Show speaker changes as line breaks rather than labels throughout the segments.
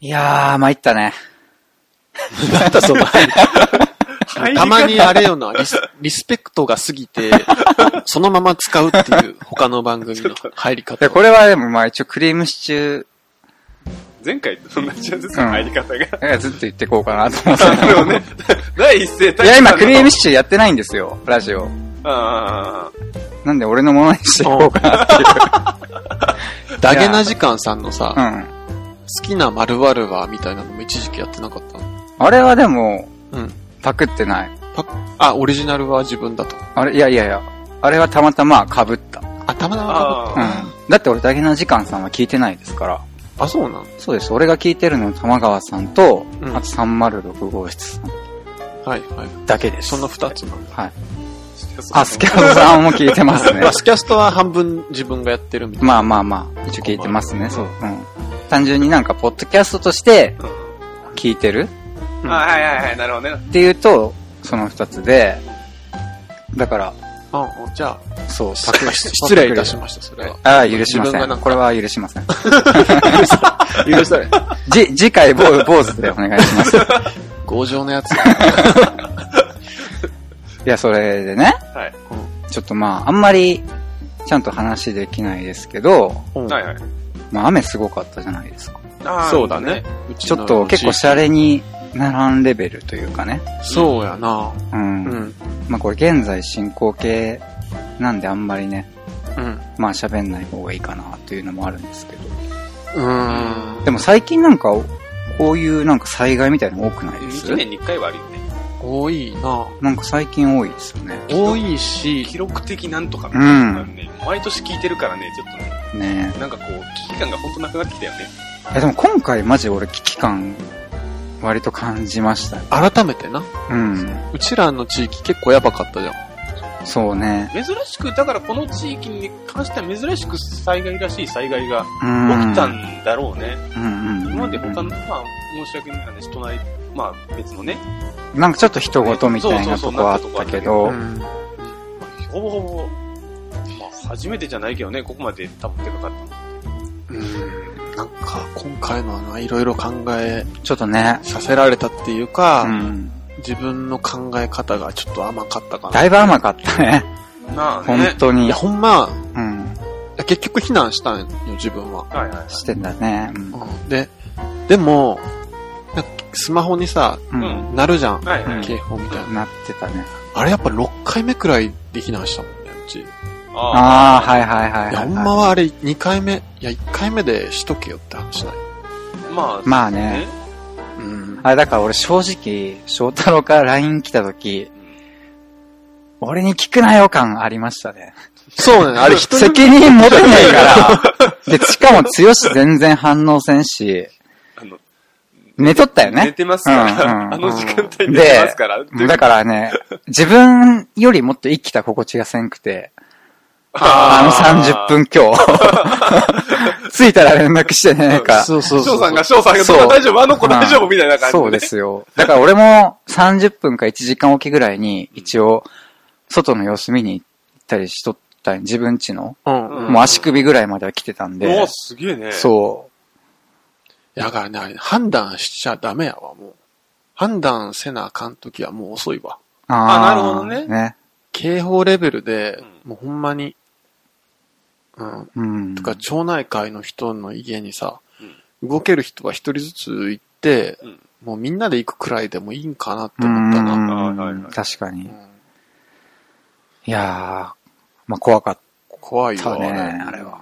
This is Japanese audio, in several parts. いやー、参ったね。
なんだその、
入り
た
方
まにあれよな、リスリスペクトが過ぎて、そのまま使うっていう他の番組の入り
で
方。
これはでもまあ一応クリームシチュー、
前回と同じやつですよ、
うん
入り方が。
なんかずっと言ってこうかなと思 って。
なるほどね。第一声、
いや、今クリーム
シ
シチューやってないんですよ、ラジオ。
あー
なんで俺のものにしていこうかなっていう。
ダゲな時間さんのさ、
うん。
好きな〇〇はみたいなのも一時期やってなかったの
あれはでも、
うん。
パクってない。
パあ、オリジナルは自分だと。
あれ、いやいやいや。あれはたまたま被った。
あ、たまたま。
うん
あ。
だって俺だけの時間さんは聞いてないですから。
あ、そうなの
そうです。俺が聞いてるのは玉川さんと、
うん
あと306号室さん
はい、はい。
だけです。
その二つなんだ。
はい。
ー。そう
あ、スキャブさんも聞いてますね
まあ、。スキャストは半分自分がやってるみたいな。
まあまあまあ、一応聞いてますね、そう。うん。単純になんか、ポッドキャストとして
うん
聞いてる
あ、はいはいはい、なるほどね。
っていうと、その二つで、だから、
あ、じゃあ、
そう、
パク 失礼いたしました、それは。
ああ、許しませ
自分がな
ん。
んか
これは許しません。
許され。
じ、次回、坊 主でお願いします。い
強情なやつ。
や、それでね、
はい。
ちょっとまあ、あんまり、ちゃんと話できないですけど、
うん
はいはい。
まあ、雨すごかったじゃないですか。
あー
そうだね。。
ちょっと結構シ
ゃ
ャレにならんレベルというかね。
そうやな。
うん。
うん。
まあ、これ現在進行形なんであんまりね、
うん。
まあ、喋んない方がいいかなというのもあるんですけど。
うーん。
でも最近なんか、こういうなんか災害みたいなの多くないです
1年に1回はあるよね。
多いな。
なんか最近多いですよね。
多いし、
記録的なんとか
う
ね。
ん。
毎年聞いてるからね、ちょっとね、
ね
なんかこう、危機感がほんとなくなってきたよね。
え。いやでも今回マジ俺危機感、割と感じましたよ。
改めてな。
うん。
うちらの地域結構やばかったじゃん。
そうね。
珍しく、だからこの地域に関しては珍しく災害らしい災害が
うん。
起きたんだろうね。
うんうん。
今まで他の、
の。
まあ、申し訳ない話、隣、まあ別のね、
なんかちょっと人事みたいなと
そうそうそう
こはあったけど、
ん。
ほぼほぼ、まあ初めてじゃないけどね、ここまで多分出かかった
うん。なんか、今回のはいろいろ考え
ちょっとね。
させられたっていうか、
うん。
自分の考え方がちょっと甘かったかな。
だいぶ甘かったね。
の。なあ
本
ね。
当
い
に
や、。ほんま、
うん。
結局避難したんよ、自分は。
はいはいはい。
してんだね。うん
うんで、でも、なんかスマホにさ、
うん。
なるじゃん。
はいはい。
うん
警報みたいな。
なってたね。
あれやっぱ6回目くらいで避難したもんね、うち。い
ああ、
ああ、はいはいはいはい
や、
はい。
ほんまはあれ2回目、いや、1回目でしとけよって話ない。
まあ、
まあね。
うん。
あれだから俺正直、翔太郎から LINE 来た時、俺に聞くなよ感ありましたね。
そうね、あれ人
責任持てない から。で、しかも強し全然反応せんし、
あの、
寝とったよ
寝
ね。
てますから、
うんうん
あの時間帯
で
寝てますから。
もうだからね、自分よりもっと生きた心地がせんくて、あの30分今 日。着いたら連絡してねえか。
そうそうそ
翔
う。
さんが、翔さんが、
そう
どこ大丈夫あの子大丈夫みたいな感じ
そうですよ。だから俺も30分か1時間おきぐらいに、一応、外の様子見に行ったりしとったん自分家の。
うん
う
うんん。
もう足首ぐらいまでは来てたん
も
で
う、すげえね。う。
そ
いやだからね、あれ判断しちゃダメやわ、もう。判断せなあかんときはもう遅いわ。
う。
あなるほどね
ーね。
警報レベルで、
うん
もうほんまに、うん。
うん。
とか、町内会の人の家にさ、
うん
動ける人は一人ずつ行って、
うん
もうみんなで行くくらいでもいいんかなって
う
思ったな。
はいはい
ん
は。い
確かに
う。ん
いやー、まあ怖かっ
怖い
た
よ、
ね、
あ
あ
れ
れ
は
は。。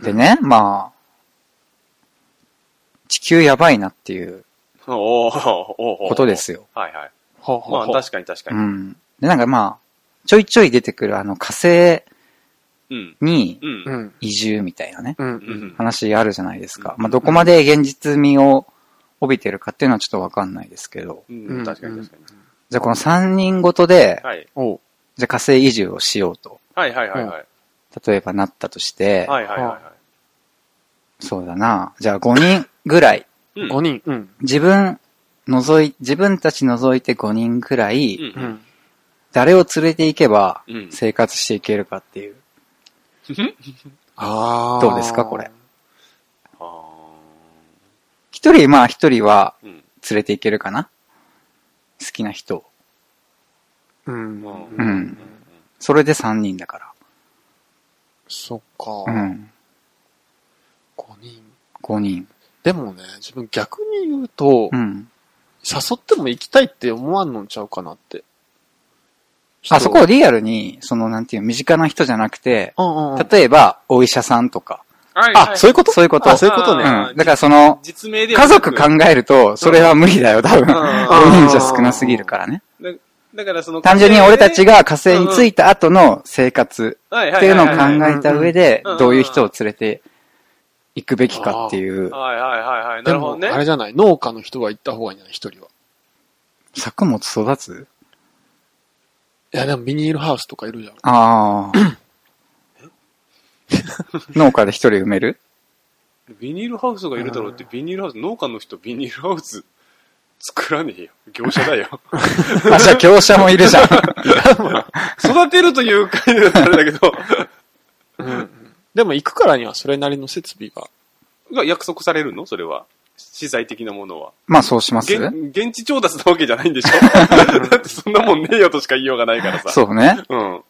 でね、まあ、地球やばいなっていう
おーおーおー
ことで。すよ。
はいはい。
ほう
ま
ほう
あ
ほう
確かに確か
う
に。
ん。で、なんかまあ、ちょいちょい出てくるあの火星
うん。
に
うん。
う。ん。
移住みたいなね、
うん。う。
うんん。
話あるじゃないですか。まあどこまで現実味を帯びてるかっていうのはちょっとわかんないですけど。
う。
うんん
確かに確かに。
じゃあこの3人ごとで、
はい。
おう
じゃあ火星移住をしようと。
はいはいはいはい。
例えばなったとして、
はいはいはいは
そうだな。じゃあ5人ぐらい。
い。うん
5人。うん。
自分、覗い、自分たち除いて5人ぐらい、
う。
うんん。
誰を連れていけば
うん
生活していけるかっていう。
ああ。
どうですかこれ。
あ
一人、まあ一人は
うん。
連れていけるかな好きな人を。
うん。
うん
う。ん。それで三人だか
そっか。
ら。うん。
5人。
五人。
でもね、自分逆に言うと、
うん。
誘っても行きたいって思わんのんちゃうかなって。
あそこをリアルに、そのなんていうの、身近な人じゃなくて、
うんうんうん。
例えば、お医者さんとか。
はいはい
あ、そういうこと
そういうこと
あ、そういうことね。
あー
うん。だからその、
実名では
家
な
族
く
考えると、それは無理だよ、多分。
う
5
ん
人じゃ少なすぎるからね。
だだからその、
単純に俺たちが火星に着いた後の生活
っ
っていうのを考
はいはい
えた上で
うん、
どういう人を連れて行くべきかっていう、
はいはいはいはい。 な
で
るほど
も、
ね。
あれじゃない。農家の人は行った方がいいんじゃない一人は。
作物育つ
いや、でもビニールハウスとかいるじゃん。
ああ。農家で一人埋める
ビニールハウスがいるだろうって、ビニールハウス、農家の人ビニールハウス作らねえよ。業者だよ。
あ、じゃあ業者もいるじゃん。
育てるという概念だったらあれだけど、
でも行くからにはそれなりの設備が。
が約束されるのそれは。資材的なものは。
まあそうします
現現地調達なわけじゃないんでし ょだってそんなもんねえよとしか言いようがないからさ。
そうね。
う。ん。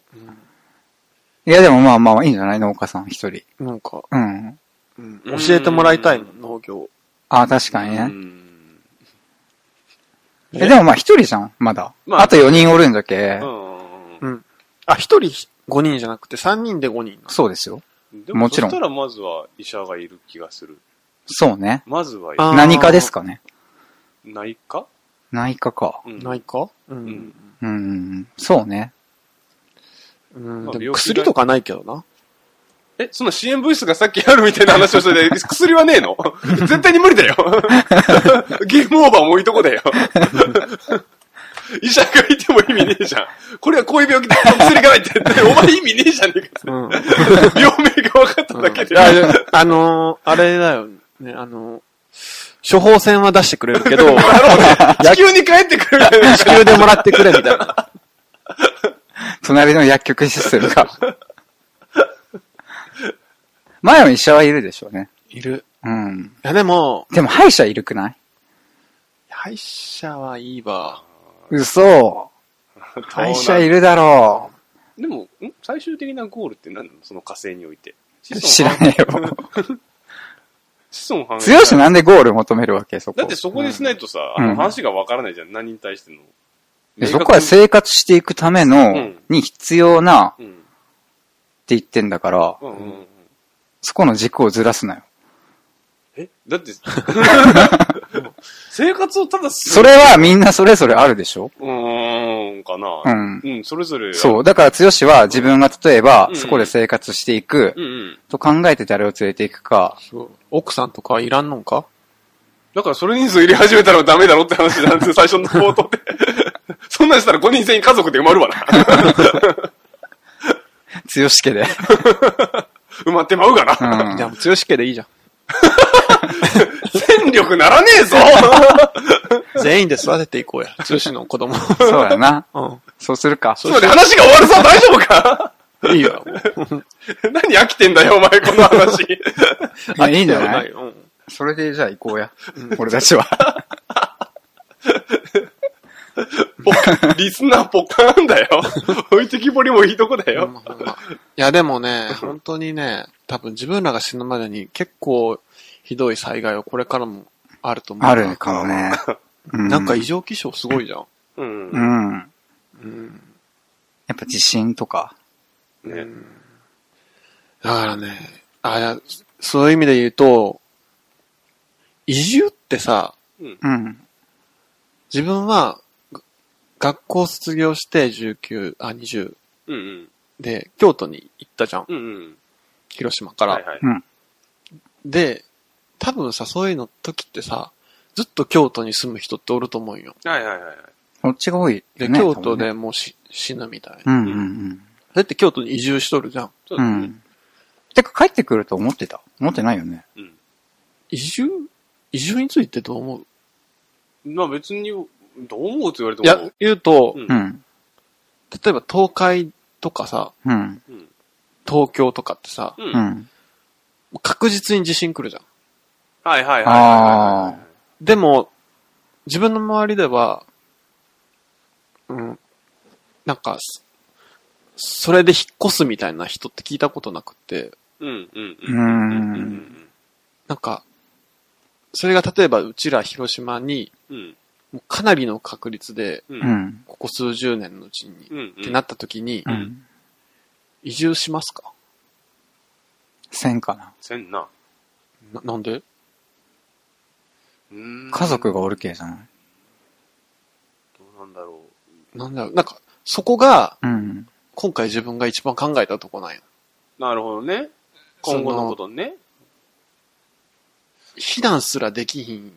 いやでもまあまあいいんじゃない農家さん一人。
なんか、
うん。
うん
うん
教えてもらいたいの、農業。
ああ、確かに
う
ね。
ん。
え、でもまあ一人じゃん、まだ。
まあ
あと4人おるんじゃけ
う。ん
うん。あ、一人5人じゃなくて3人で5人なの
そうですよ。
でも
もちろん
そしたらまずは医者がいる気がする。
そうね。
まずは
あー
何かですかね。
内科
内科か。
うん。
ないかう
うん
ん。
うん。そうね。
うん。
まあ
で
病気
も
が
薬とかないけどな。
え、その支援物質がさっきあるみたいな話をしてて、薬はねえの 絶対に無理だよ。ゲームオーバーも多いとこだよ。医者がいても意味ねえじゃん。これはこういう病気で薬がないって言って、お前意味ねえじゃねえか。
うん。
病名が分かっただけで。
いやいやあのー、あれだよね、あのー、処方箋は出してくれるけど、
地球に帰ってくるみたいな
地球でもらってくれみたいな。
隣の薬局システムが。前の医 者はいるでしょうね。
いる。
うん。
いやでも、
でも歯医者いるくない
歯医者はいいわ。
嘘。歯医者いるだろ
でも、ん最終的なゴールって何なのその火星において。
う。知らねえよ。
子孫繁栄。
強しなんでゴール求めるわけそこ。
だってそこにしないとさ、
うん
あの話が分からないじゃん。何に対しての。
でそこは生活していくため
う
の
ん、
に必要なっ
うん。
て言ってんだから、
うんうんうん。
そこの軸をずらすなよ。
えだって、 生活をただす
それはみんなそれぞれあるでしょ
うーん、かな。
うん
うん、それぞれ。
そう。だから強しは自分が例えば
う、ん
そこで生活していく
うんうん。
と考えて誰を連れていくか、
そう。奥さんとかいらんのんか
だからそれ人数入れ始めたらダメだろって話なん です最初の冒頭で。 そんなんしたら5人全員家族で埋まるわな。
強し家で。
埋まってまうが
う
な。
ん
いや、もう強し家でいいじゃん。
戦力ならね えぞ
全員で育てていこうや。強しの子供。
そうやな。
う
そうするか。
つまり話が終わるさ、大丈夫か
ん。いいよ。もう
何飽きてんだよ、お前、この話。
いやいいんじゃない
うん。
それでじゃあ行こうや。俺たちは。
ポカリスナーポカーンだよ。置いてきぼりもいいとこだ
ほ
よ
ん。まほんまいや、でもね、本当にね、多分自分らが死ぬまでに結構ひどい災害はこれからもあると思う。
あるかもね。う
なんか異常気象すごいじゃん。
うん。
う
ね
ん。や
うん。
っぱ地震とか。
だからね、あいやそういう意味で言うと、移住ってさ、
うん。
自分は、が学校卒業して19、あ、20
うんうん。
で、京都に行ったじゃん。
うんうん。
広島から。
はいはい。
うん。
で、多分さ、そういうの時ってさ、ずっと京都に住む人っておると思うよ。
はいはいはい。
そっちが多い
で、
よね。
京都
多分ね。
でもうし死ぬみたいな。
うんうん
だって京都に移住しとるじゃん。
そう
う
だ
ん。う
ね。
ん。てか帰ってくると思ってた思ってないよね。
うん。
移住移住についてどう思う
まあ別に、どう思うって言われて
い
も。
や、言うと、
うん
うん。
例えば東海とかさ、
うん。
うん。
東京とかってさ、
うん。
うん。
確実に地震来るじゃん。
はいはいはいはいはいはい
あ。
でも、自分の周りでは、うん、なんか、すそれで引っ越すみたいな人って聞いたことなくて、
うんうん
あ。う
うん。うん
ん。
なんか、それが例えばうちら広島に、
うん
もうかなりの確率で、
う
う。
んん。
ここ数十年のうちに、
うん。
ってなった時に
う、ん。
移住しますか
せんかな。
せんな。
ななんで
家
家族がおるけじゃない。
どうなんだろう。
なんだろう、なんか、そこが、
うん。
今回自分が一番考えたとこなんや。
なるほどね。今後のことね。
避難すらできひん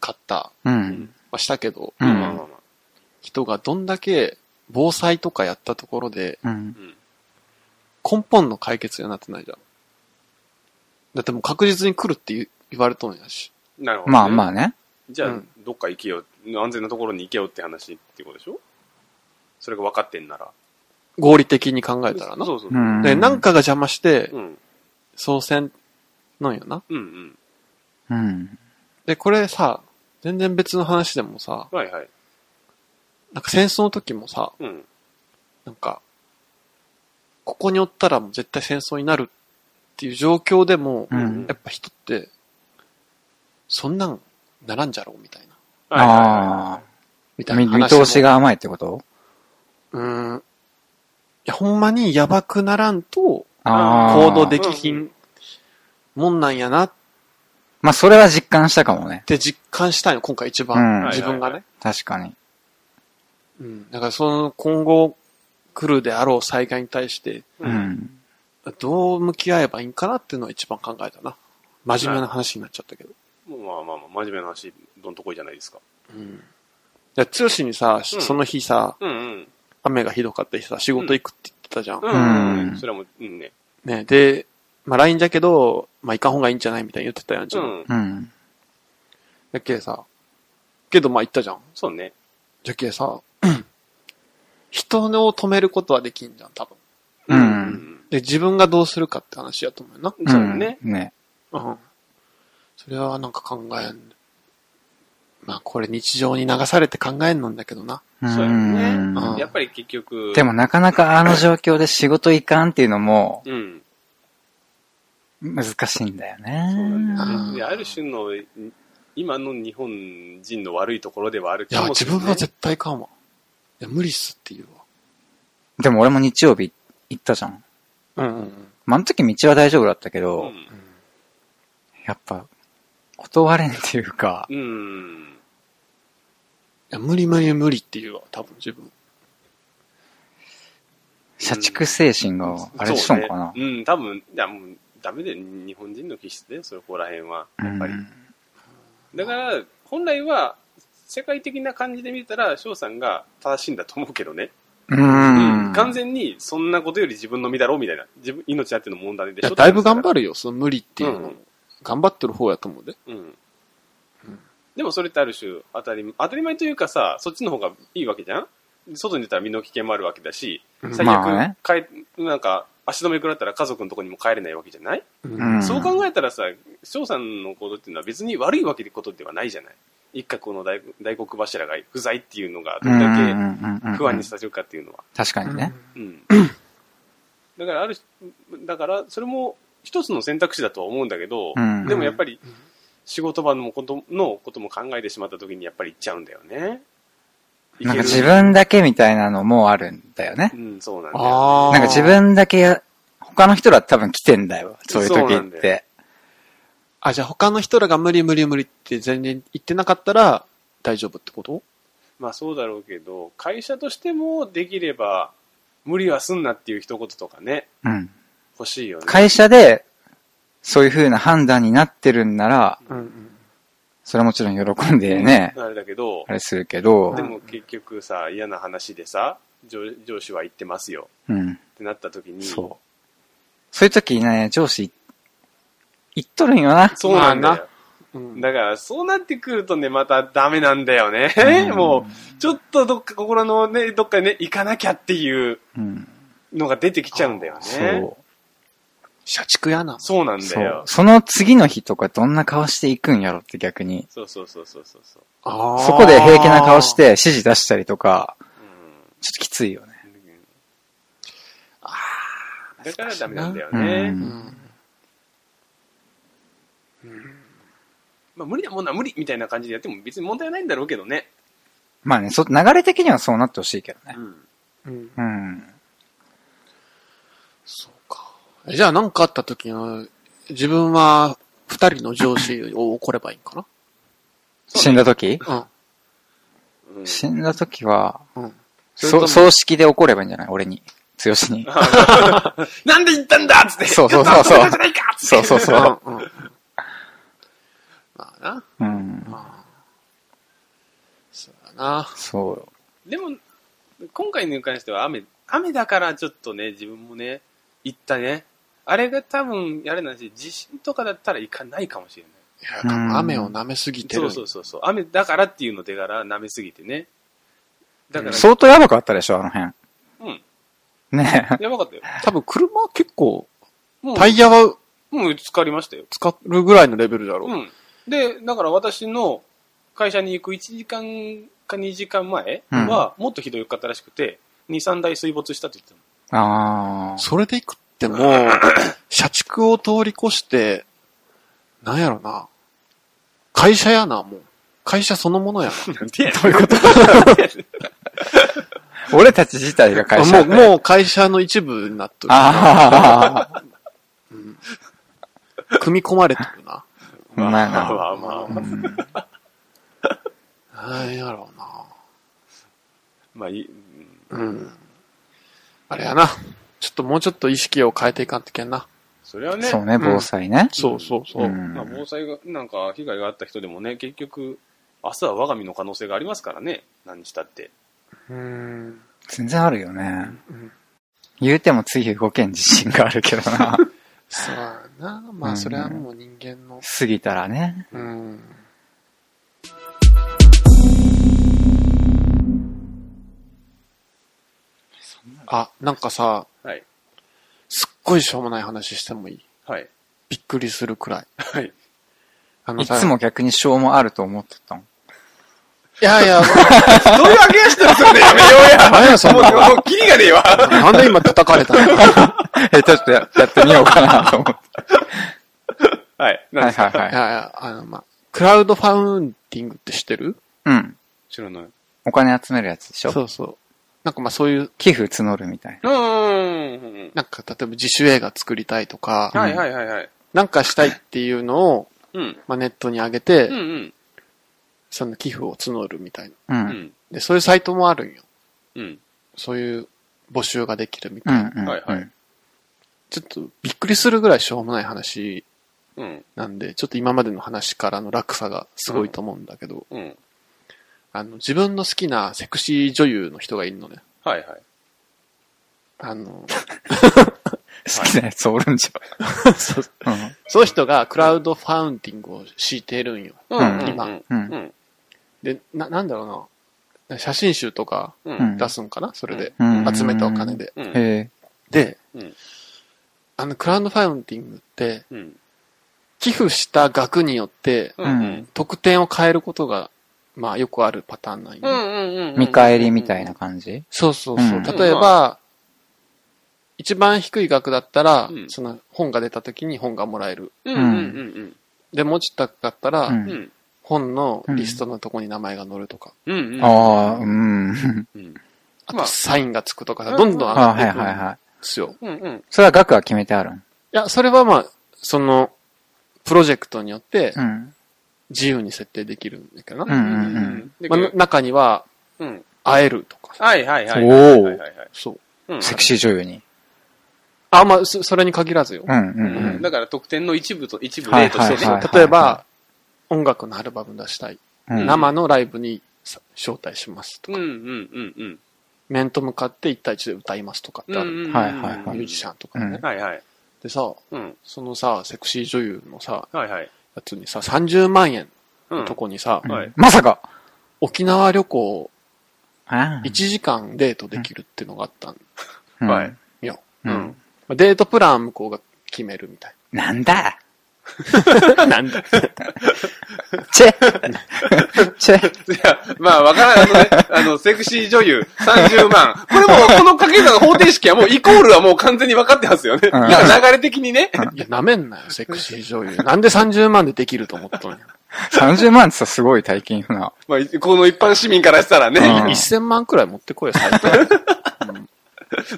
かった、
うん。
はしたけど、
う
まあまあ
ん
ま。あまあ。
人がどんだけ防災とかやったところで、
うん。
うん。
根本の解決にはなってないじゃん。だってもう確実に来るって言言われとんやし。
なるほどね。
まあまあね。
じゃあ、
うん
どっか行けよ。安全なところに行けよって話っていうことでしょそれが分かってんなら。
合理的に考えたらな。
そうそうそう。
う
うん。
ん。
で、なんかが邪魔して
う、ん。
操船なんやな。
うん。
うん。
で、これさ、全然別の話でもさ、
はいはい。
なんか戦争の時もさ、
うん。
なんか、ここにおったらもう絶対戦争になるっていう状況でも、
うん
やっぱ人って、そんなんならんじゃろうみたいな。
はいはいはいは
あ
みた
あ。
いな
み
話も。
見通しが甘いってこと
うーん。いや、ほんまにやばくならんと、
ああ。
行動できひんもんなんやなっ
まあ、それは実感したかもね。
て実感したいの、今回一
うん
番。自分がね。
確かに。
うん。だからその今後来るであろう災害に対して、
い。
う。ん。
どう向き合えばいいんかなっていうのは一番考えたな。真面目な話になっちゃったけど。
まあまあまあ、真面目な話、どんとこいじゃないですか。
うん。じゃ剛にさ、
うん
その日さ、
うんうん。
雨がひどかった日さ、仕事行くって言ってたじゃん。
うん。
うん
それはもう、うんね。
ね、で、まあ LINE だけど、まあ行かん方がいいんじゃないみたいに言ってたやん、じ
う
ゃん。
ん。
うん。
だっけさ、けどまあ行ったじゃん。
そうね。
じゃっけさ、 人を止めることはできんじゃん、多分。
うん
で、自分がどうするかって話やと思うよな。
うん。そうね。
ん。ね。
うん。それはなんか考えん。まあこれ日常に流されて考えんのんだけどな。
うん
そう
う
やね
ん。
やっぱり結局。
でもなかなかあの状況で仕事いかんっていうのも
うん。
難しいんだよ
そうなん
ね
だ。よ
うん
ね。である種の、今の日本人の悪いところではある
い
気
や、
も
自
するね
分は絶対かんわ。いや、無理っすって言うわ。
でも俺も日曜日行ったじゃん。
うんうんうん。
まあ、あの時道は大丈夫だったけど、
うん
やっぱ、断れんっていうか、
うん。
いや、無理無理無理って言うわ、多分自分。
社畜精神があれしょんかな
そう。ねうん、多分、いや、もう、ダメで、日本人の気質で、そこら辺は、やっぱり。
うん
だから、本来は、世界的な感じで見たら、翔さんが正しいんだと思うけどね。
うん。
完全に、そんなことより自分の身だろうみたいな。自分、命あっての問題で
い
し
や、
ょ。
だいぶ頑張
る。
るよ、その無理っていうのも。
うん
頑張ってる方やと思うで。
うん。でもそれってある種当たり、当たり前というかさ、そっちの方がいいわけじゃん外に出たら身の危険もあるわけだし、
うん
最
まあ
悪
ね、
かえなんか、足止め食らったら家族のとこにも帰れないわけじゃない、
うん
そう考えたらさ、翔さんの行動っていうのは別に悪いわけでことではないじゃない一家この大大黒柱が不在っていうのがどれだけ不安に
し
させるかっていうのは。
確かにね。
うん。だからある、だからそれも一つの選択肢だとは思うんだけど、
うん
でもやっぱり仕事場のことのことも考えてしまった時にやっぱり行っちゃうんだよね。
なんか
行け
自
る
分だけみたいなのもあるんだよね。
うん、そうなんだよ。
ああ。
なんか自。分だけや、他の人ら多分来てんだよ。そういう
そう
時
なん
っ
だ
て。
あ、じゃあ他の人らが無理無理無理って全然言ってなかったら大丈夫ってこと
まあそうだろうけど、会社としてもできれば無理はすんなっていう一言とかね、
うん。
欲しいよね。
会社で、そういう風な判断になってるんなら、
うんうん。
それはもちろん喜んでね、
あれだけど
あ、れするけど
で、も結局さ、嫌な話でさ、上上司は言ってますよ
うん。
ってなった時に、
そう。そういう時ね、上司、言っとるんよな。
そうなんだ
ま
よ。
うん、
だから、そうなってくるとね、またダメなんだよね。
うん
もう、ちょっとどっか心のね、どっかね、行かなきゃっていう
うん。
のが出てきちゃうんだよね。
そう。
社畜やな。
そうなん
そ
だ
う
よ。。
その次の日とかどんな顔していくんやろって逆に。
そうそうそうそうそうそう。
あー
そこで平気な顔し。て指示出したりとか、
う
ちょっときついよね。
ん。だからダメなんだよ
う
う
ね。
んん。
まあ無理なもんな無理みたいな感じでやっても別に問題はないんだろうけどね。
まあね、そ、流れ的にはそうなってほしいけどね。
うん。
うん。
うん。
そうか。えじゃあ何かあった時の、自分は二人の上司を怒ればいいんか
死んだ時
な
うん
死んだ時は、
うん。うん。
それと
そ
も
葬式で怒ればいいんじゃない俺に。強しに。
なんで言ったんだっつって。
そうそうそうそう
やったじゃないかっつって
そうそうそう。
うん。うん。まあな。
うん。
まあ。そうだな。
そう。
でも、今回に関しては雨、雨だからちょっとね、自分もね、行ったね。あれが多分、あれなんし、地震とかだったら行かないかもしれない。
いや
うん
雨を舐めすぎて
そ
る。
うそうそうそう。雨だからっていうのでから舐めすぎてね。だから、
相当やばかったでしょ、あの辺。
うん。
ねえ。
やばかったよ。
多分車は結構、
もう、
タイヤは
もう浸かりましたよ。
使うぐらいのレベルだろう。
うん。で、だから私の会社に行く1時間か2時間前は、もっとひどかったらしくて、2、3台水没したって言ってたの。
ああ。
それで行くってもう、 社畜を通り越して、なんやろな。会社やな、もう。会社そのものやな。
なんでや
どういうこと俺たち自体が会社。
もう、もう会社の一部になっとる。
ああ。
組み込まれてるな。
うまいな。
まあまあ
う
まあ。
ん
なんやろうな。
まあいい。うん
うん。あれやな。ちょっともうちょっと意識を変えていかんといけんな。
それはね、
そうね、防災ね。
そうそうそう。
うん
まあ、防災が、なんか被害があった人でもね、結局、明日は我が身の可能性がありますからね、何したって。
うん。
全然あるよね。
うん
言うても次5件地震があるけどな。
そうやな。ま
う
あ、
ん
それはもう人間の。
過ぎたらね。
うん。あ、なんかさ、
はい。
すっごいしょうもない話してもいい
はい。
びっくりするくらい。
はい。
あの
い
さ
つ。も逆に賞もあると思ってたの。
いやい や、
どういう揚げ足してるそれやめよ
何やそん
う
な。
や。もう、キリがねえわ。
なんで今叩かれた の
え、ちょっとややってみようかなと思って。
は い。
は
何
い
ですか、
はい
い
はい。
やいや、あの、まあ、クラウドファウンディングって知ってる
うん。
知らない。う
お金集めるやつでしょ
そうそう。なんかまあそういう、
寄付募るみたい
ーん。
なんか例えば自主映画作りたいとか、
はいはいはいはい。
なんかしたいっていうのを、
うん。
まあ、ネットに上げて、
うんうん。
その寄付を募るみたいな。
な。う。
うんん。
で、そういうサイトもあるんよ。
うん。
そういう募集ができるみた
う
いな。
ん。うん。
はいはい
ちょっとびっくりするぐらいしょうもない話
うん。
なんで、ちょっと今までの話からの落差がすごいと思うんだけど、
うん。
あの、自分の好きなセクシー女優の人がいるのね。
はいはい。
あの、
好きなやつおるんじ
そう
ゃん。うん。
その人がクラウドファウンディングを敷いてるんよ。
うんん。
今
う。
うんん。
で、な、なんだろうな。写真集とか
うん。
うん
出すんかな、それで。
うん
集めたお金で。
うん。うん。
へえ。
で、
うん
あの、クラウドファウンディングって、
うん。
寄付した額によって、
うん。うん。
特典を変えることが、まあ、よくあるパターンなんよ
う
ね、
んうん。
見返りみたいな。感じ
そうそうそう。
うん
例えば、一番低い額だったら、
うん
その本が出た時に本がもらえる。
うんうんうん
で、もうちょっと高かったら、
う。
うん。うんん。
本のリストのとこに名前が載るとか、
うんうん。
ああ、うん。
うん。
あ
ま
と
あ
サインがつくとかさ、
うん
どんどん上
あ
が
あ、
って
はい
いく
はい
んで
はい。
すよ。
うんうん。
それは額は決めてあるん
いや、それはまあ、その、プロジェクトによって
うん。
自由に設定できるんだけど
う
な。
んうんうん
で
まあ、中には、
うん。
会えるとか、
はいはいはい。
おー
はいはいはい
そう。
うん
セクシー女優に。
あ、まあ、そそれに限らずよ。
うんうん
うん
うん。
だから特典の一部と、一部例として
はい
ね
はい。
例えば、音楽のアルバム出したい。
うん
生のライブにさ招待しますと
うん
か、
うんうんうん。
面と向かって一対一で歌いますとかってある。
はいはいはい
ミュージシャンとかね。
うん
はいはい。
でさ、
うん。
そのさ、セクシー女優のさ、
はいはい。
やつにさ、30万円
うん
のとこにさ、
うん
はい
まさか
沖縄旅行
あ
1時間デートできるっていうのがあったん
あ
はい。
よ。
う
うんん。
まあデートプラン向こうが決めるみたい
なんだ
な。なんだ
チェチェ
いや、まあ、わからない。あのね、 あの、セクシー女優30万。これも、この掛け算の方程式はもう、イコールはもう完全に分かってますよね。
うん
いや流れ的にね。
いや、舐めんなよ、セクシー女優。なんで30万でできると思ったんや。
30万ってさ、すごい大金な。
まあ、この一般市民からしたらね。
うん
1000万くらい持ってこいよ、最 低。うん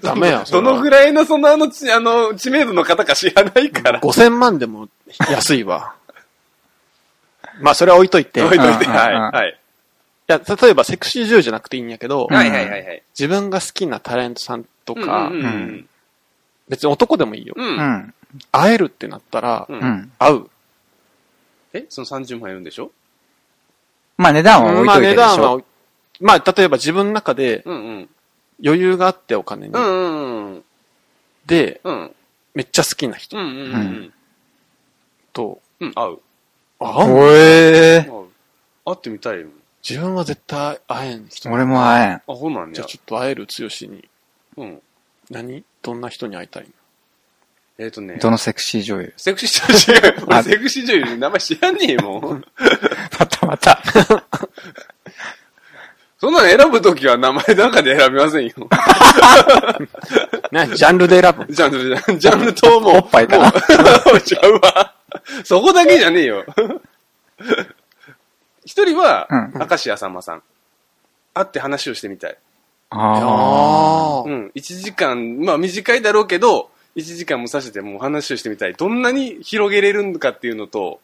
ダメやん、
どのぐ
らい
らいの、その、あの、ちあの、知名度の方か知らないから。
?5000 万でも安いわ。まあ、それは置いといて。
置い
い
といて。
うん
はい。
うん
はい。
や、例えばセクシー女優じゃなくていいんやけど、
うん
はいはいはいはい。
自分が好きなタレントさんと
と
か、
うんうん
別に男でもいいよ。
うん。
う
うん
ん。
会えるってなったら、
うん
うん。
会う。
え、その30万円でしょ
まあ値段は置い
まあ
といて
値
でし
段は
ょ。
置い、まあ例えば自分の中で
うんうん。
余裕があってお金に。
うんうん
で、
うん。うん。
めっちゃ好きな人
うんうんうん。
と、
うん、合う。
会う
おえ
合う。会ってみたいよ。
自分は絶対会えん人。
ー、俺も会えん。
あ、ほうなん
じ
や
ゃあ。ちょっと会える強しに。
うん。
何どんな人に会いたいの
えっとね。
どのセクシー女優
セクシー女優、俺
あ
セクシー女優の名前知らねえもん。
またまた。
そんなの選ぶときは名前なんかで選びませんよ。
何ジャンルで選ぶ
ジャンル、ジャンルジャンルともう。
おっぱいかな
もうちゃうわ。そこだけじゃねえよ。一人は
う、
明石家さんまさん。会って話をしてみたい。
あ
ー
うん。1時間、まあ短いだろうけど、1時間もさせてもう話をしてみたい。どんなに広げれるのかっていうのと、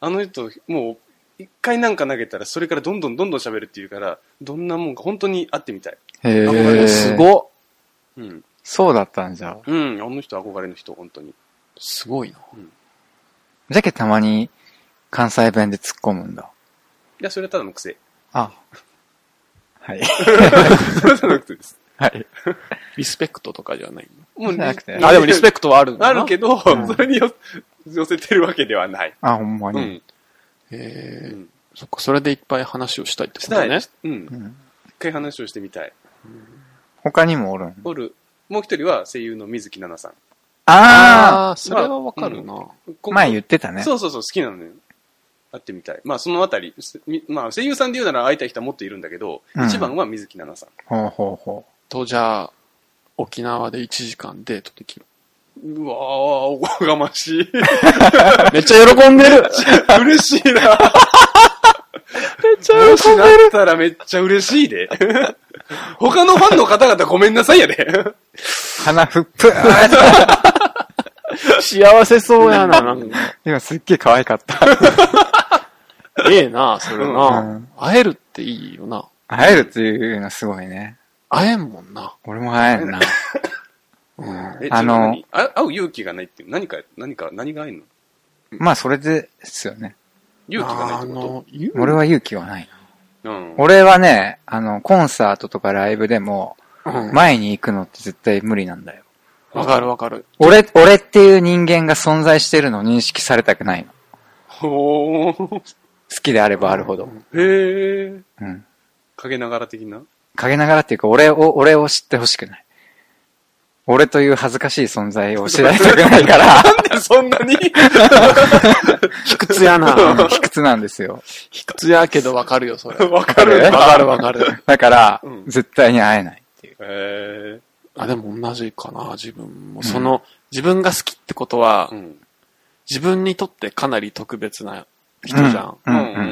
あの人、もう、一回なんか投げたら、それからどんどんどんどん喋るっていうから、どんなもんか本当に会ってみたい。
あ。へ
憧
え。
れすごっ。
うん。
そうだったんじゃ。
うん。あの人憧れの人、本当に。
すごいな。
じゃけたまに関西弁で突っ込むんだ。
いや、それはただの癖。
あ。はい。
それはただの癖です。
はい。
リスペクトとかじゃない
も
じゃなくて
のあ、でもリスペ
ク
クトはあるんだ
あ
な。
るけど、
うん
それによ寄せてるわけではない。
あ、ほんま
う
に。
ん。
えー
うん、
そっか、それでいっぱい話をしたいってこ
し
と
たい。
ね。
うん
う。ん
一回話をしてみたい。
他にもおるん。
おる、もう一人は声優の水木奈々さん。
あ
あー、それはわかるな。
あ
こ
前言ってたね。
そうそうそう、好きなのよ。会ってみたい。まあ、そのあたり、すみまあ、声優さんで言うなら会いたい人はもっといるんだけど、
うん
一番は水木奈々さ
ほうほうほ
と、じゃあ、沖縄で1時間デートできる。
ん。うわー、おこがましい。
めっちゃ喜んでる
嬉しいな。
めっち
もしなったらめっちゃ嬉しいで。 他のファンの方々ごめんなさいや で。
う。鼻ふっぷー
幸せそうやな、なんか。
今すっげえ可愛かった。
ええな、それ
う。
なん会えるっていいよな。
会えるっていうのすごいね。
会えんもんな。
俺も会えるな。
うん。
え
あの、
ちょっと何あ会う勇気がないって、何か、何か、何があるの
まあそれですよね。
勇気がないって
あ
こ
の、言う
俺は勇気はないな。
とうん。
俺はね、あの、コンサートとかライブでも、
うん
前に行くのって絶対無理なんだよ。
わかるわかる。
俺、俺っていう人間が存在してるのを認識されたくないの。好
ほー。
きであればあるほど。
へー。
うん。
陰ながら的な
陰ながらっていうか、俺を、俺を知ってほしくない。俺という恥ずかしい存在を知られたくない から、
なんで そんなに
卑屈や な。
卑屈なんですよ。
卑屈やけどわかるよ、それ。
わか
え
る
わ
な
かるわかる。
だから、
うん
絶対に会えないっていう。
へ
あ、でも同じかな、自分も。その、自分が好きってことは
ー。う、ん。
自分にとってかなり特別な人じゃん。
うんうんうんうんう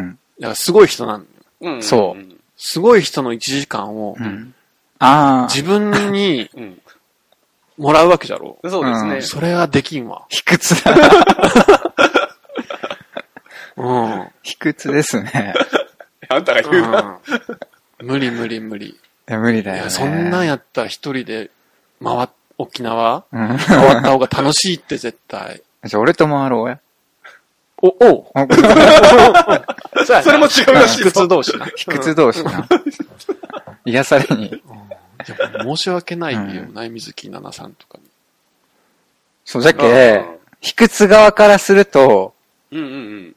ん
だからすごい人なんだよ。
うん
そうん
すごい人の1時間を
うん。う、ん。ああ、
自分に
うん。
もらうわけじゃろ。
そうですね。
それはできんわ。
卑屈だ。
うん。うん
卑屈ですね。
あんたが言うな。
無理無理無理。い
いや無理だよ、
や、
ね。
そんなんやったら一人で回っ、沖縄
うん。
回った方が楽しいって絶対。
じゃあ俺と回ろうや。
お、おう
お
そうやな
それも違うらし
卑
いぞ
屈同士な。い
卑屈同士 な。癒されに。
や申し訳ないよね、水木奈々さんとかに。
そう、じゃけ
うん、
卑屈側からすると、
うんうん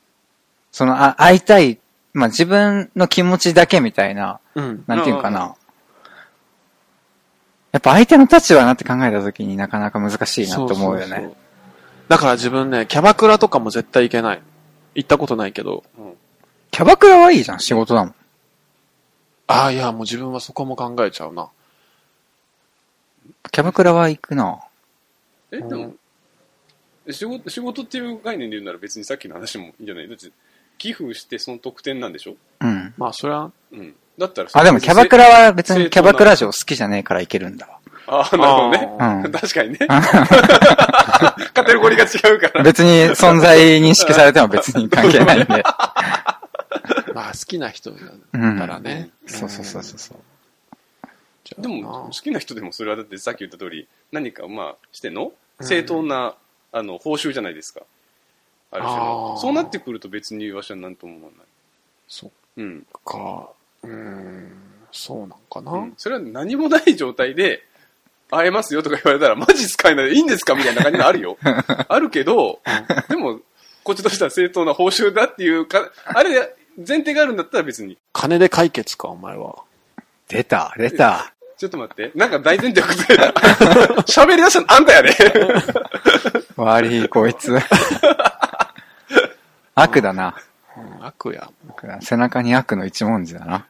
その、あ、会いたい、まあ、自分の気持ちだけみたいな、
うん。
なんていうかな。やっぱ相手の立場になって考えた時になかなか難しいなと思うよ
そそ
ね
そ。だから自分ね、キャバクラとかも絶対行けない。行ったことないけど。
キャバクラはいいじゃん、仕事だもん。
ああ、いや、もう自分はそこも考えちゃうな。
キャバクラは行くな。
え、でも、仕事、仕事っていう概念で言うなら別にさっきの話もいいんじゃないだって、寄付してその得点なんでしょ
うん。
まあ、そり ゃ、
うん。だったら
あ、でもキャバクラは別
正
に
当
キャバクラ嬢好きじゃねえから行けるんだわ。
ああ、なるほどね。
うん
確かにね。 カテゴリーが違うから。
別に存在認識されても別に関係ないんで。
まあ、好きな人だからね。
そうそうそうそうそう。
じゃあ
でも、好きな人でもそれはだってさっき言った通り、何かまあしての
うん
正当な、あの、報酬じゃないですか。ある種
あー
の。そうなってくると別にわしは何とも思わない。
そっ
うん。
か。うーん、そうなんかな。
うんそれは何もない状態で、会えますよとか言われたら、マジ使えないでいいんですかみたいな感じのあるよ。あるけど、でも、こっちとしては正当な報酬だっていうか、あれ、前提があるんだったら別に。
金で解決か、お前は。
出た、出た。
ちょっと待って。なんか大前提崩れた。喋り出したのあんたやね。
悪い、こい つ。悪だな。
うん、悪や。
悪だ背中に悪の一文字だな。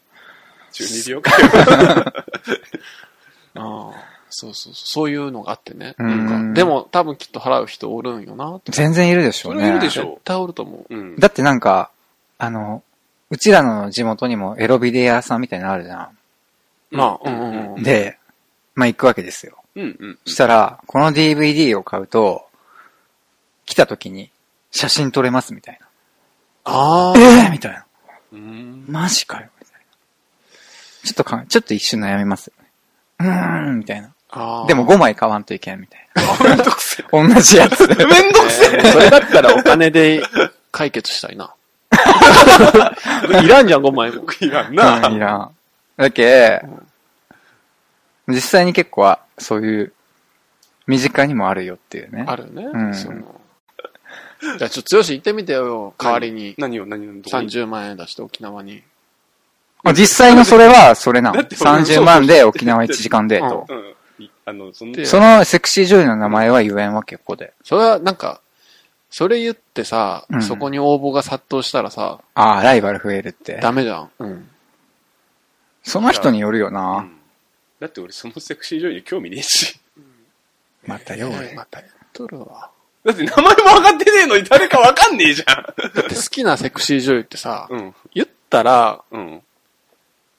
中二病かよ。
ああ、そうそうそう、そういうのがあってね。
うん
なんかでも、多分きっと払う人おるんよな、と
全然いるでしょう
それ
ね。
いるでしょ
絶対おると思う。
うん。
だってなんか、あの、うちらの地元にもエロビデオ屋さんみたいなのあるじゃ。
まあ、うんうんうんん。
で、まあ行くわけですよ。
うんうん。
したら、この DVD を買うと、来た時に写真撮れますみたいな。
ああ、
ええみたいな。
うん。
マジかよみたいな。ちょっとか、ちょっと一瞬悩みますよね。うーん、みたいな。
ああ
でも、5枚買わんといけんみたい
めんどくせ
な。 同じやつ。
え。めんどくせえ。
それだったらお金で解決したいな。いらんじゃん、5枚も。
いらん
うんい
な。
らん。だけ、実際に結構は、そういう、身近にもあるよっていうね。
あるよね。
うん
そのじゃあ、ちょっと、剛行ってみてよ、代わりに。
何を何をどこに
30万円出して沖縄に。
まあ実際のそれは、それなの。
だって俺もそう
30万で沖縄1時間デート。
うん。いあの、その
で
そのセクシー女優の名前は言えんわけ、ここで。
それは、なんか、それ言ってさ、
うん
そこに応募が殺到したらさ、
ああ、ライバル増えるって。
ダメじゃん。うん。
その人によるよ
う
な。
んだって俺そのセクシー女優に興味ねえし。
またよ、俺
また言っとるわ。
だって名前も分かってねえのに誰か分かんねえじゃん。
だって好きなセクシー女優ってさ、
うん。
言ったら、
うん。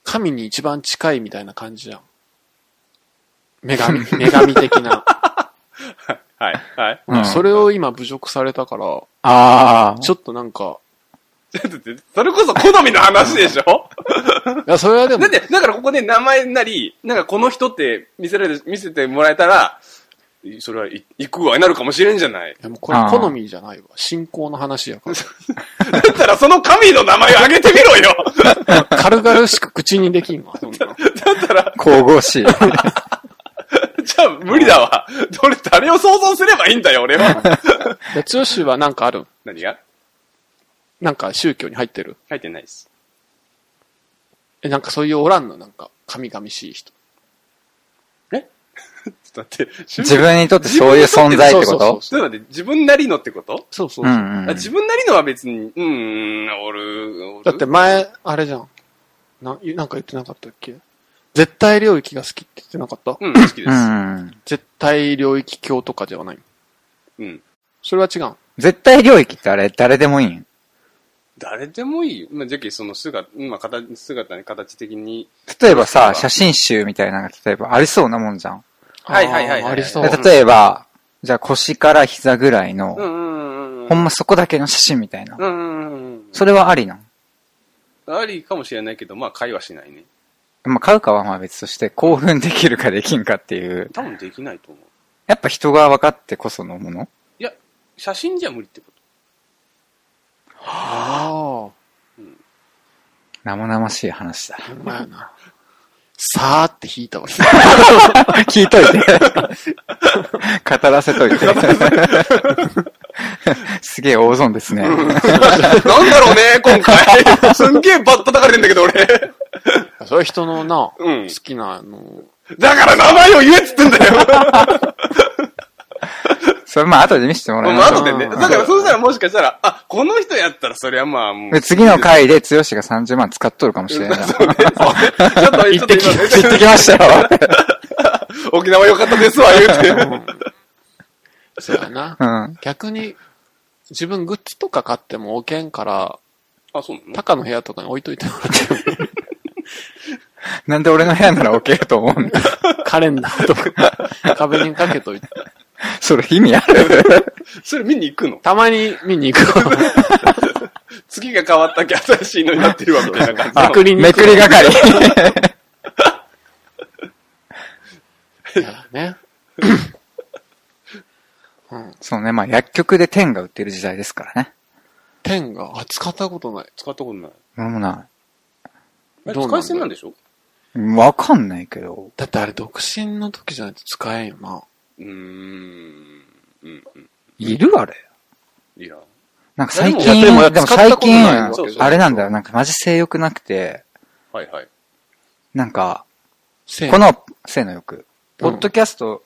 神に一番近いみたいな感じじゃん。女神、女神的な。
はい。はい。
うん
それを今侮辱されたから、
ああ。
ちょっとなんか、
だって、それこそ好みの話でしょ
いや、それはでも
だっ、て、だからここで名前なり、なんかこの人って見せられる、見せてもらえたら、いそれはい行くわになるかもしれんじゃない。
いやもうこれ
あー
好みじゃないわ。信仰の話やか
だったらその神の名前を挙げてみろよ
ら。軽々しく口にできんわ。そんな
だったら、
神々しい。
じゃあ無理だわ。俺、誰を想像すればいいんだよ、俺は。
で、剛はなんかある
何が
なんか宗教に入ってる
書いてないです。
え、なんかそういうおらんのなんか、神々しい人。
ちょっと待って、
自分にとってそういう存在ってこ
そう
と
そう
ちょっと待って、自分なりのってこと、
そうそう
う
そ
ん
う。
う
あ
ん。
自分なりのは別に、うーん、おる、おる。
だって、前、あれじゃん。な、なんか言ってなかったっけ絶対領域が好きって言ってなかった
うん、好きで
う
す。
ん。
絶対領域教とかではない。
うん。
それは違うん。
絶対領域ってあれ、誰でもいいん
誰でもいいよ。まあ、じゃけその姿、まあ、形姿に形的に。
例えばさ、写真集みたいなのが、例えばありそうなもんじゃん。
はいはいはいはい
あーありそう。
で例えば、じゃあ腰から膝ぐらいの、
うんうんうんうん。
ほんまそこだけの写真みたいな。
うんうんうんうん。
それはありなん
ありかもしれないけど、まあ、会話しないね。
まあ、買うかはまあ別として、興奮できるかできんかっていう。
多分できないと思う。
やっぱ人が分かってこそのもの
いや、写真じゃ無理ってこ
あ
生々しい話だ。
あ。ほんまやな。さーって引いたわ。
聞いといて。語らせといて。 すげえ大損ですね。
と。なんだろうね、今回。すんげえバッタ叩かれてんだけど、俺。
それは人のな、
うん
好きな、あの、
だから名前を言えっつってんだよ
それまあ後で見せてもらい
ま
ま
あ
しょう。
後でね。だからそうしたらもしかしたら、あ、この人やったらそりゃまあもう。
で次の回で、つよしが30万使っとるかもしれない な。
そうね。そうねちょっと、
行ってき
ちょっと今
行ってきましたよ。
沖縄良かったですわ、言うて。
そうやな。
うん。
逆に、自分グッズとか買っても置けんから、
あ、そうなの
タカの部屋とかに置いといてもらって も
なんで俺の部屋なら置けると思うん だ
カレンダーとか、壁にかけといて。
それ意味ある
それ見に行くの
たまに見に行くわ。
次が変わったけ新しいのになってるわ、みたい な
め
感
くりに
め
行く
くり係。
からね。 うん。
そうね、まあ薬局で天が売ってる時代ですからね。
天が、あ、使ったことない。
使ったことない。
俺もな
え
どうなんだ
使い捨てなんでしょ
い。わかんないけど。
だってあれ独身の時じゃないと使えんよな。
うーん。うん。うん。
いるあれ。
いや。
なんか最
いや
近、
で
で
も
も
やっても使った
最
ことないわ
近
そうそう、そう
あれなんだよ。なんかマジ性欲なくて、
はいはい。
なんか、
せや
この、性の欲、ポッドキャスト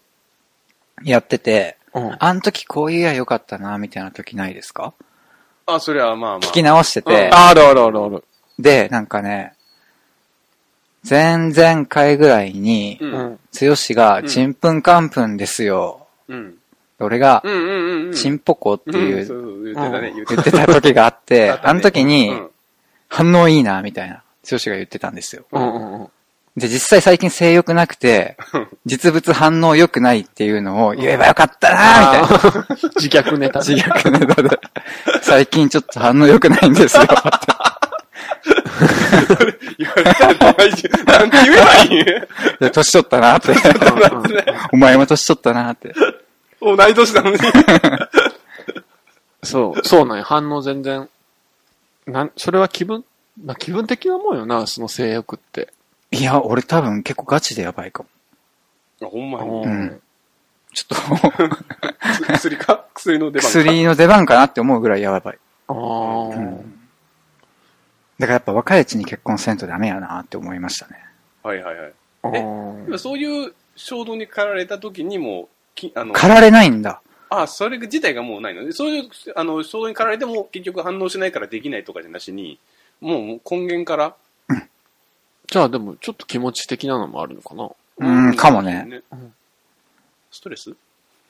やってて、
うん。
あの時こう言えばよかったな、みたいな時ないですか
あ、そりゃまあまあ。
聞き直してて、
あるあるあるある。
で、なんかね、前々回ぐらいに
う、ん。うん。
つよしが、
ん
ちんぷんかんぷんですよ。
うん。
俺が
う、んうんうん。
ちんぽこって
う
い
んそう
う
そう、言ってたね、言って
言
た
っ
ね
てた時があって、
あったね
あの時に
う、ん
反応いいな、みたいな、つよしが言ってたんですよ。
うんうんうん。
で、実際最近性欲なくて、実物反応良くないっていうのを言えばよかったなみたいな。
あー自虐ネタ。
自虐ネタで。最近ちょっと反応良く ないんですよ。って
言われたら怖いし、なんて言えばいい
で年取ったなって。お前も年取ったなって。
同い年な のに。
そう、そうなんよ。反応全然。なん、それは気分、まあ、気分的なもんよな、その性欲って。
いや、俺多分結構ガチでやばいかも。
あほんま
う
に。
んち ょっと、
薬か薬の出番か。
薬の出番かなって思うぐらいやばい。
ああ、
だからやっぱ若いうちに結婚せんとダメやなって思いましたね。
はいはいはい。
あ
え
ー
今そういう衝動に駆られた時にもきあの、
駆られないんだ。
あ、それ自体がもうないので、そういうあの衝動に駆られても結局反応しないからできないとかじゃなしに、もう根源から。
じゃあでも、ちょっと気持ち的なのもあるのかな。
うんかもね。
うん
ストレス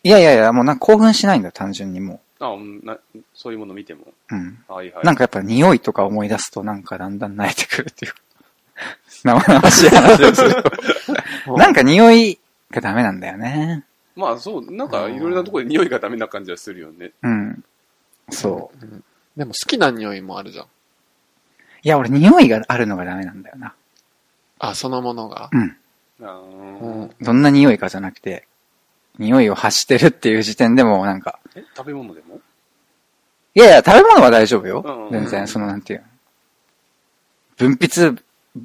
いやいやいや、もうなんか興奮しないんだ、単純にも
あうんなそういうもの見ても。
う。うん。
はいはい。
なんかやっぱ匂いとか思い出すとなんかだんだん泣いてくるっ ていうか。生々しい話をすると。なんか匂いがダメなんだよね。
まあそう、なんかいろいろなところで匂いがダメな感じはするよね。
うん。そう。
でも好きな匂いもあるじゃん。
いや、俺匂いがあるのがダメなんだよな。
あ、そのものが。
うん。
あ
う
ー
ん。
どんな匂いかじゃなくて、匂いを発してるっていう時点でもうなんか、
え食べ物でも
いやいや、食べ物は大丈夫
うんうんう
よ
ん。
全然、そのなんていうの。分泌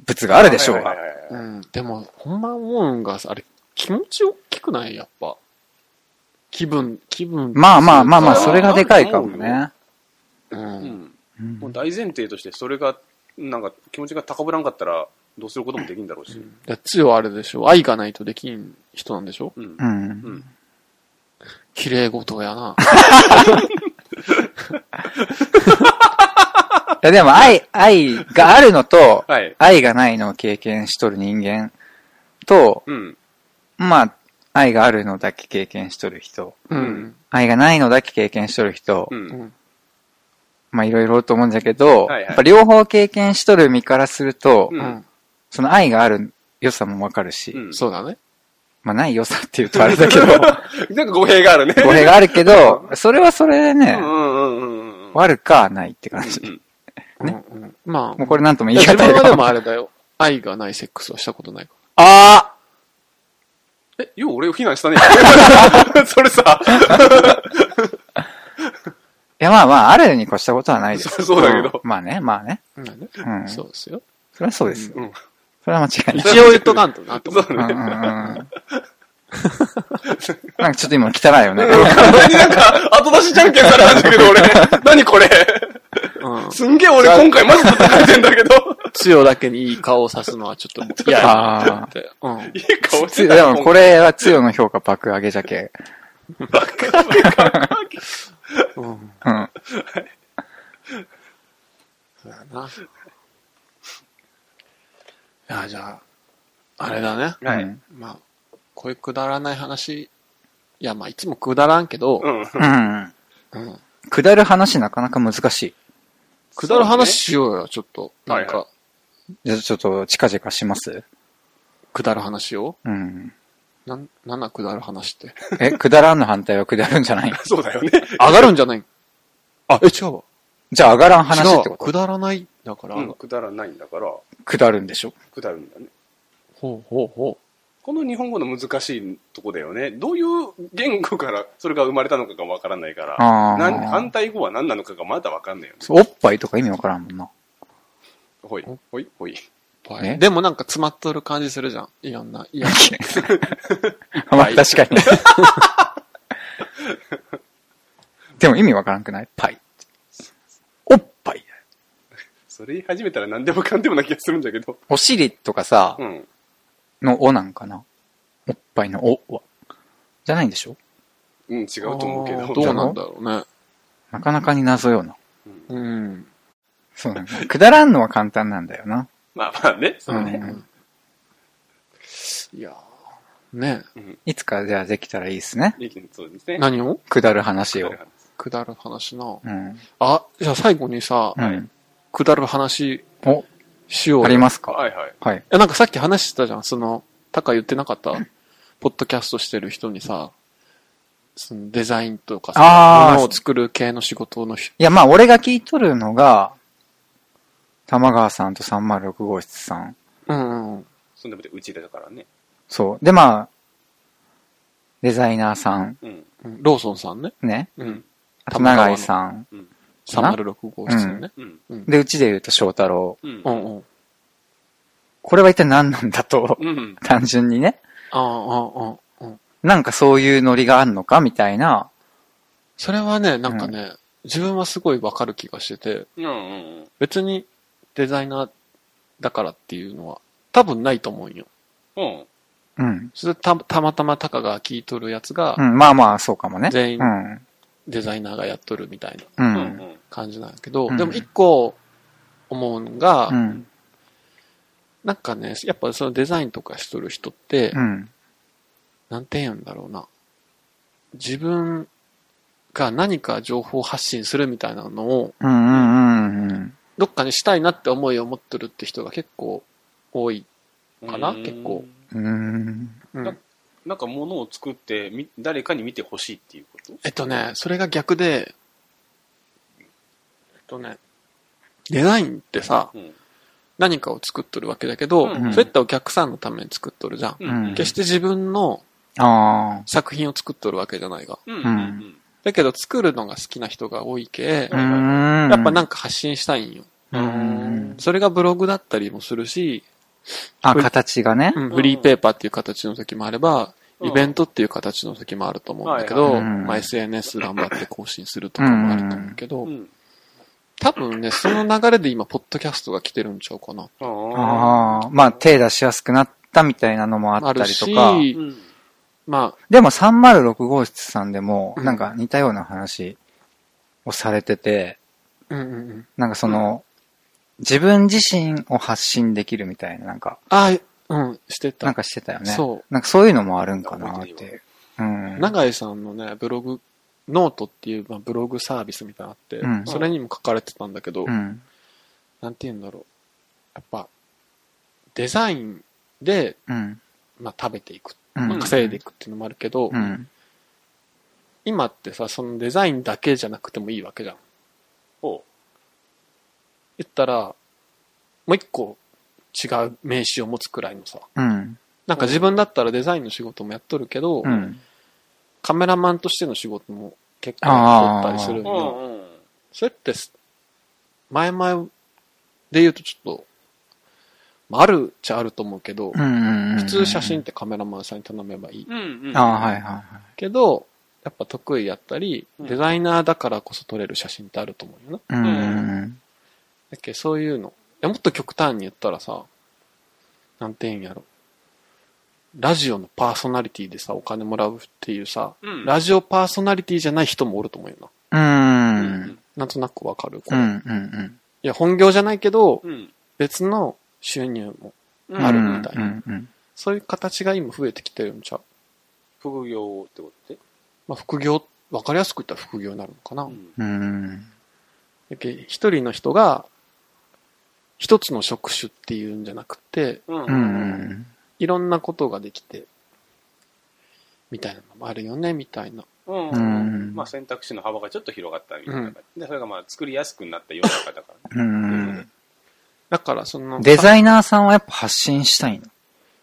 物があるでしょう
はい
が
は。いはいはい
うん。でも、ほんま思うんがさ、あれ、気持ち大きくないやっぱ。気分、気分。
まあまあまあまあ、
そう
そ
だ
れ
な
がでかいかも
そう思
ね。
う。
うんん。
うん
もう大前提としてそれが、なんか気持ちが高ぶらんかったら、どうすることもできんだろうし。
だ強はあれでしょ。愛がないとできん人なんでしょ
うん
う。ん
う。ん。
綺麗事やな。
いやでも愛、愛があるのと、
はい。
愛がないのを経験しとる人間と、
うん。
まあ、愛があるのだけ経験しとる人、
うん。
愛がないのだけ経験しとる人、
う。
うんん。
まあいろいろと思うんじゃけど、
はいはい
やっぱ両方経験しとる身からすると、
う
うんん。
その愛がある良さもわかるし、
うん。
そうだね。
まあない良さって言うとあれだけど、
なんか語弊があるね。
語弊があるけど、それはそれでね、
うんうんうんうんうん。
悪かないって感じ。
うん
うんうんまあ、
もうこれなんとも
い
言
や
い
自
難い
分
か
はで
も。
も
あ
あれだよ。愛がないセックスはしたことないか
あ
え、よう俺を非 難したね。それさ、
いやまあまあ、あるに越したことはないです。
そうだけど
んまあね、まあね。
ら。うん
うん。
そ
そう
ですよ。
れはそうです。
うん
それは間違いない。
一応言っとかんとなと思
そ
って。
う
うんう
だね。
んうんうん。なんかちょっと今汚いよね。
完全になんか、後出しじゃんけん されたんだけど、俺。何これ。
うん
すんげえ俺今回マジ叩かれてんだけど。
つよだけにいい顔をさすのはちょっと もう嫌 や
あ
って。うん。
いい顔し
つ
て
で
た
もこれはつよの評価爆上げじゃけ。
うん。
うん。
そうやな。いや、じゃあ、あれだね。
は
う
い。
ん。
まあ、こういうくだらない話、いや、まあ、いつもくだらんけど、
うん。
うん。
うん。
下る話なかなか難しい。
くだる話しようよ、ちょっと。なん
はいは
か、
じゃあちょっと近々します
くだる話を
うん。
なん、なんなんくだる話って。
え、下らんの反対は下るんじゃない
そうだよね。
上がるんじゃないあ、え、違うわ。
じゃあ上がらん話
違
って
うわ。
こ
く
と
だらない。だから、
うんくだらないんだから、
下るんでしょ
くだるんだね。
ほうほうほ
この日本語の難しいとこだよね。どういう言語からそれが生まれたのかがわからないから、
あー
なん反対語は何なのかがまだわかんないよね。
おっぱいとか意味わからんもんな。
ほい、ほい、ほい。
う
ね
でもなんか詰まっとる感じするじゃん。いろんな、い や、
まあ確かに。 でも意味わからんくないパイ。おっぱい。
それ言い始めたら何でもかんでもな気がするんだけど。
お尻とかさ
う、ん。
のおなんかなおっぱいのおは。じゃないんでしょ
うん、違うと思うけ
あ
ど。
ーどうなんだろうね。
なかなかに謎よな。
うん。
そう なんだ。下らんのは簡単なんだよな。
まあまあね、そうの
ん
ね。
いやーね
いつかじゃあできたらいいですね。
意見そうですね。
何を
下る話を。
くだる話な。
うん。
あ、じゃあ最後にさ、
うん。
くだる話
お、
しようよ。
ありますか
はいはい。
はい。
いや、なんかさっき話してたじゃん。その、タカ言ってなかった、ポッドキャストしてる人にさ、そのデザインとかさ、
あー
ものを作る系の仕事の人。
いや、まあ、俺が聞いとるのが、玉川さんと306号室さん。
うんうん。
そんなことうちだからね。
そう。で、まあ、デザイナーさん、
うん。
うんローソンさんね。
ね。
うん。
あと、長井さん。な
306号室のね。
うん。
で、うちで言うと翔太郎。
うん
う。んうん。
これは一体何なんだと、
うん。
単純にね。
ああ、ああ、ああ。
なんかそういうノリがあんのかみたいな。
それはね、なんかね、自分はすごいわかる気がしてて、
うんうん。
別にデザイナーだからっていうのは多分ないと思うんよ。
うん。
うん。
それたたまたまタカが聞いとるやつが
うん、まあまあ、そうかもね。
全員
うん。
デザイナーがやっとるみたいな
う。
うんん。
感じなんやけど、
うん
でも一個思うのが、
うん。
なんかね、やっぱそのデザインとかしとる人って、
うん。
なんて言うんだろうな。自分が何か情報発信するみたいなのを、
うん。うん。うん。
どっかにしたいなって思いを持ってるって人が結構多い。
うん。
かな結構。
うん。
うん
ななんか物を作ってみ、誰かに見てほしいっていうこと
えっとね、それが逆で、えっとね、デザインってさ、
うん。
何かを作っとるわけだけど、
うん
そういったお客さんのために作っとるじゃん。
うん
決して自分の
あ
作品を作っとるわけじゃないが。
うんうん
だけど作るのが好きな人が多いけ、
あ。う
はいはい
ん。
やっぱなんか発信したいんよ。
うん
それがブログだったりもするし、
あ、形がね。
フリーペーパーっていう形の時もあれば、
うん
イベントっていう形の時もあると思うんだけ
は
ど、
いはい
まあ、SNS 頑張って更新するとかもあると思うけど、
うん。うん。
多分ね、その流れで今、ポッドキャストが来てるんちゃうかな。
ああ。まあ、手出しやすくなったみたいなのもあ
あ
った
る
りと
し、
か。
うん。
まあ、
でも306号室さんでも、
うん
なんか似たような話をされてて、
うんうんうん。
なんかその、自分自身を発信できるみたいな、なんか、
ああ、うん、してた。
なんかしてたよね。。
そう
なんかそういうのもあるんかなって。うん。
永井さんのね、ブログ、ノートっていう、まあ、ブログサービスみたいなのあって、
うん
それにも書かれてたんだけど、
うん。
なんて言うんだろう。やっぱ、デザインで、
うん。
まあ、食べていく。
うん
まあ、稼いでいくっていうのもあるけど、
うん。
今ってさ、そのデザインだけじゃなくてもいいわけじゃん。
ほ
言ったら、もう一個違う名刺を持つくらいのさ、
うん。
なんか自分だったらデザインの仕事もやっとるけど、
うん。
カメラマンとしての仕事も結構やっとったりするん
う。う
で、
んうん。
それってす、前々で言うとちょっと、まあ、あるっちゃあると思うけど、
うん。
普通写真っ。てカメラマンさんに頼めばいい
うんうん。
ああ、はいはいはい。
けど、やっぱ得意やったり、
うん
デザイナーだからこそ撮れる写真ってあると思うよな。
うん。
だっけそういうのや、もっと極端に言ったらさ、なんて言うんやろ。ラジオのパーソナリティでさ、お金もらうっていうさ、
うん
ラジオパーソナリティじゃない人もおると思うよな。
う。
うんん。
なんとなくわかる。こ
う
れ
ん、う
い
ん、うん。
や、本業じゃないけど、
うん。
別の収入も。
うん
あるみたいな
うんうんうん
そういう形が今増えてきてるんちゃう。
副業ってことで。
まあ、副業、わかりやすく言ったら副業になるのかな。
うん
うん。
だけど一人の人が、一つの職種っていうんじゃなくて、
うん
うん。うん
いろんなことができて、みたいなのもあるよね、みたいな。
うん
うん
まあ選択肢の幅がちょっと広がったみたいな
う
感
ん
じ、でそれがまあ作りやすくなった世の中だから、ね、
うん
だから、その、
デ
イン
ザイナーさんはやっぱ発信したいの。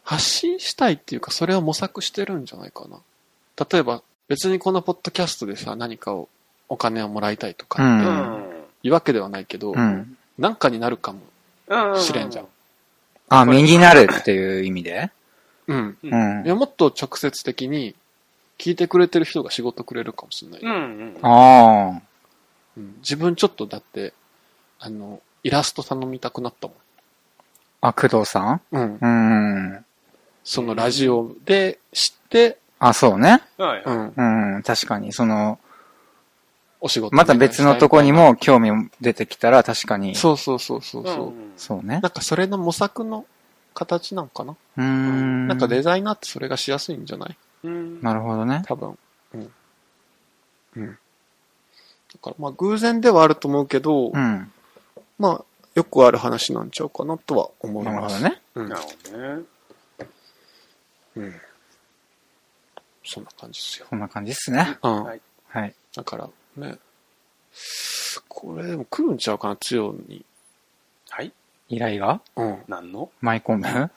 発信したいっていうか、それを模索してるんじゃないかな。例えば、別にこのポッドキャストでさ、何かを、お金をもらいたいと
うん
か、いうわけではないけど、
うん。
なんかになるかも。
うんうん
試練じゃん
あ、身になるっていう意味で
うん。
う
うんん
い。や、もっと直接的に、聞いてくれてる人が仕事くれるかもしれない。
うんうん
ああ。
うん自分ちょっとだって、あの、イラスト頼みたくなったも
あ、工藤さん
ん。う
う
ん。
ん。
そのラジオで知って、
あ、そうね。
はいは
う
い
ん。
うん。確かに、その、
お仕事
また別のとこに
も。
も興味出てきたら確かに。
そうそうそうそう
うん
そう
う。ん
そうね。
なんかそれの模索の形なんかな。
うーん。
なんかデザイナーってそれがしやすいんじゃない
うん
なるほどね。
多分。うん。うん。だからまあ偶然ではあると思うけど、
うん。
まあよくある話なんちゃうかなとは思い
なる
ま
ほ
す。
ど。ね。
うん
な。るほどね
うん。そんな感じですよ。
こんな感じですね。
うん。
はい
はい。
だからね、これでも来るんちゃうかな、つよに。
はい
依頼が
うん。
何の
舞い込む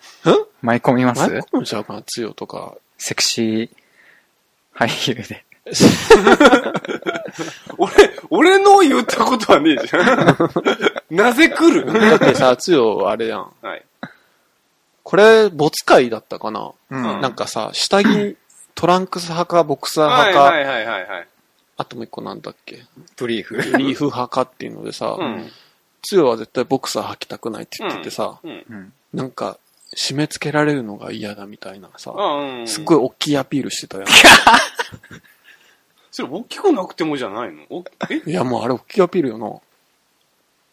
舞い込みま
前
す
来るんちゃうかな、つよとか。
セクシー俳優で。
俺、俺の言ったことはねえじゃん。なぜ来る
だってさ、つよあれやん。
はい。
これ、没会だったかな、
う
うん
なんかさ、下着、トランクス派か、ボクサー
は
派
い
か、
はいはいはいはい。
あともう一個なんだっけ、
ブリーフ。
リーフ派かっていうのでさ
う、ん。
つよは絶対ボクサー履きたくないって言っててさ、
うん。
うん。
なんか、締め付けられるのが嫌だみたいなさ、
ああ、
すっごい
い。
大きいアピールしてたやん。
それ大きくなくてもじゃないのおえ
いや、もうあれ大きいアピールよ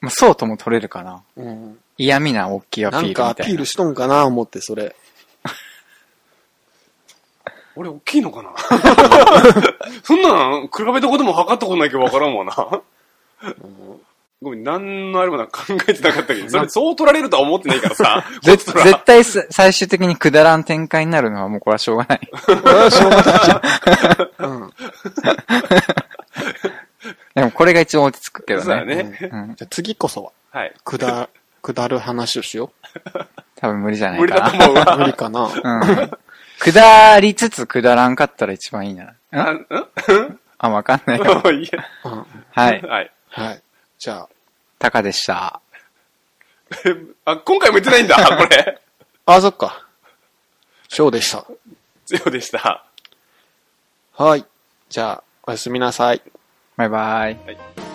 まあ、そうとも取れるかな。
な。うん。
嫌味な大きいアピー
な
ル
ん
みたいな。
かアピールしとんかな思って、それ。
俺大きいのかな そんなん、比べたことも測ったことないけどわからんわな。ごめん、なんのあれもなく考えてなかっ たけど、それそう取られるとは思ってないからさ。
ぜ
こっちと ら
絶対す最終的にくだらん展開になるのはもうこれはしょうがない。
これはしょうがないじゃん。うん。
でもこれが一番落ち着くけどね。
そうだね。
うん。
じゃあ次こそは、
はい。
く だ、くだる話をしよ
多分無理じゃない
無理だ
か
と思う
う。無
わ。
理かな。
な。うん。くだりつつくだらんかったら一番いいな。ん
あん
あ、わかんない。
いや。
うん。
はい。
はい。
はい。じゃ
タカでした。
あ、今回も言ってないんだ、これ。
あ、あ、そっか。ショーでした。
ゼロでした。
はい。じゃあ、おやすみなさい。
バイバイ。
はい。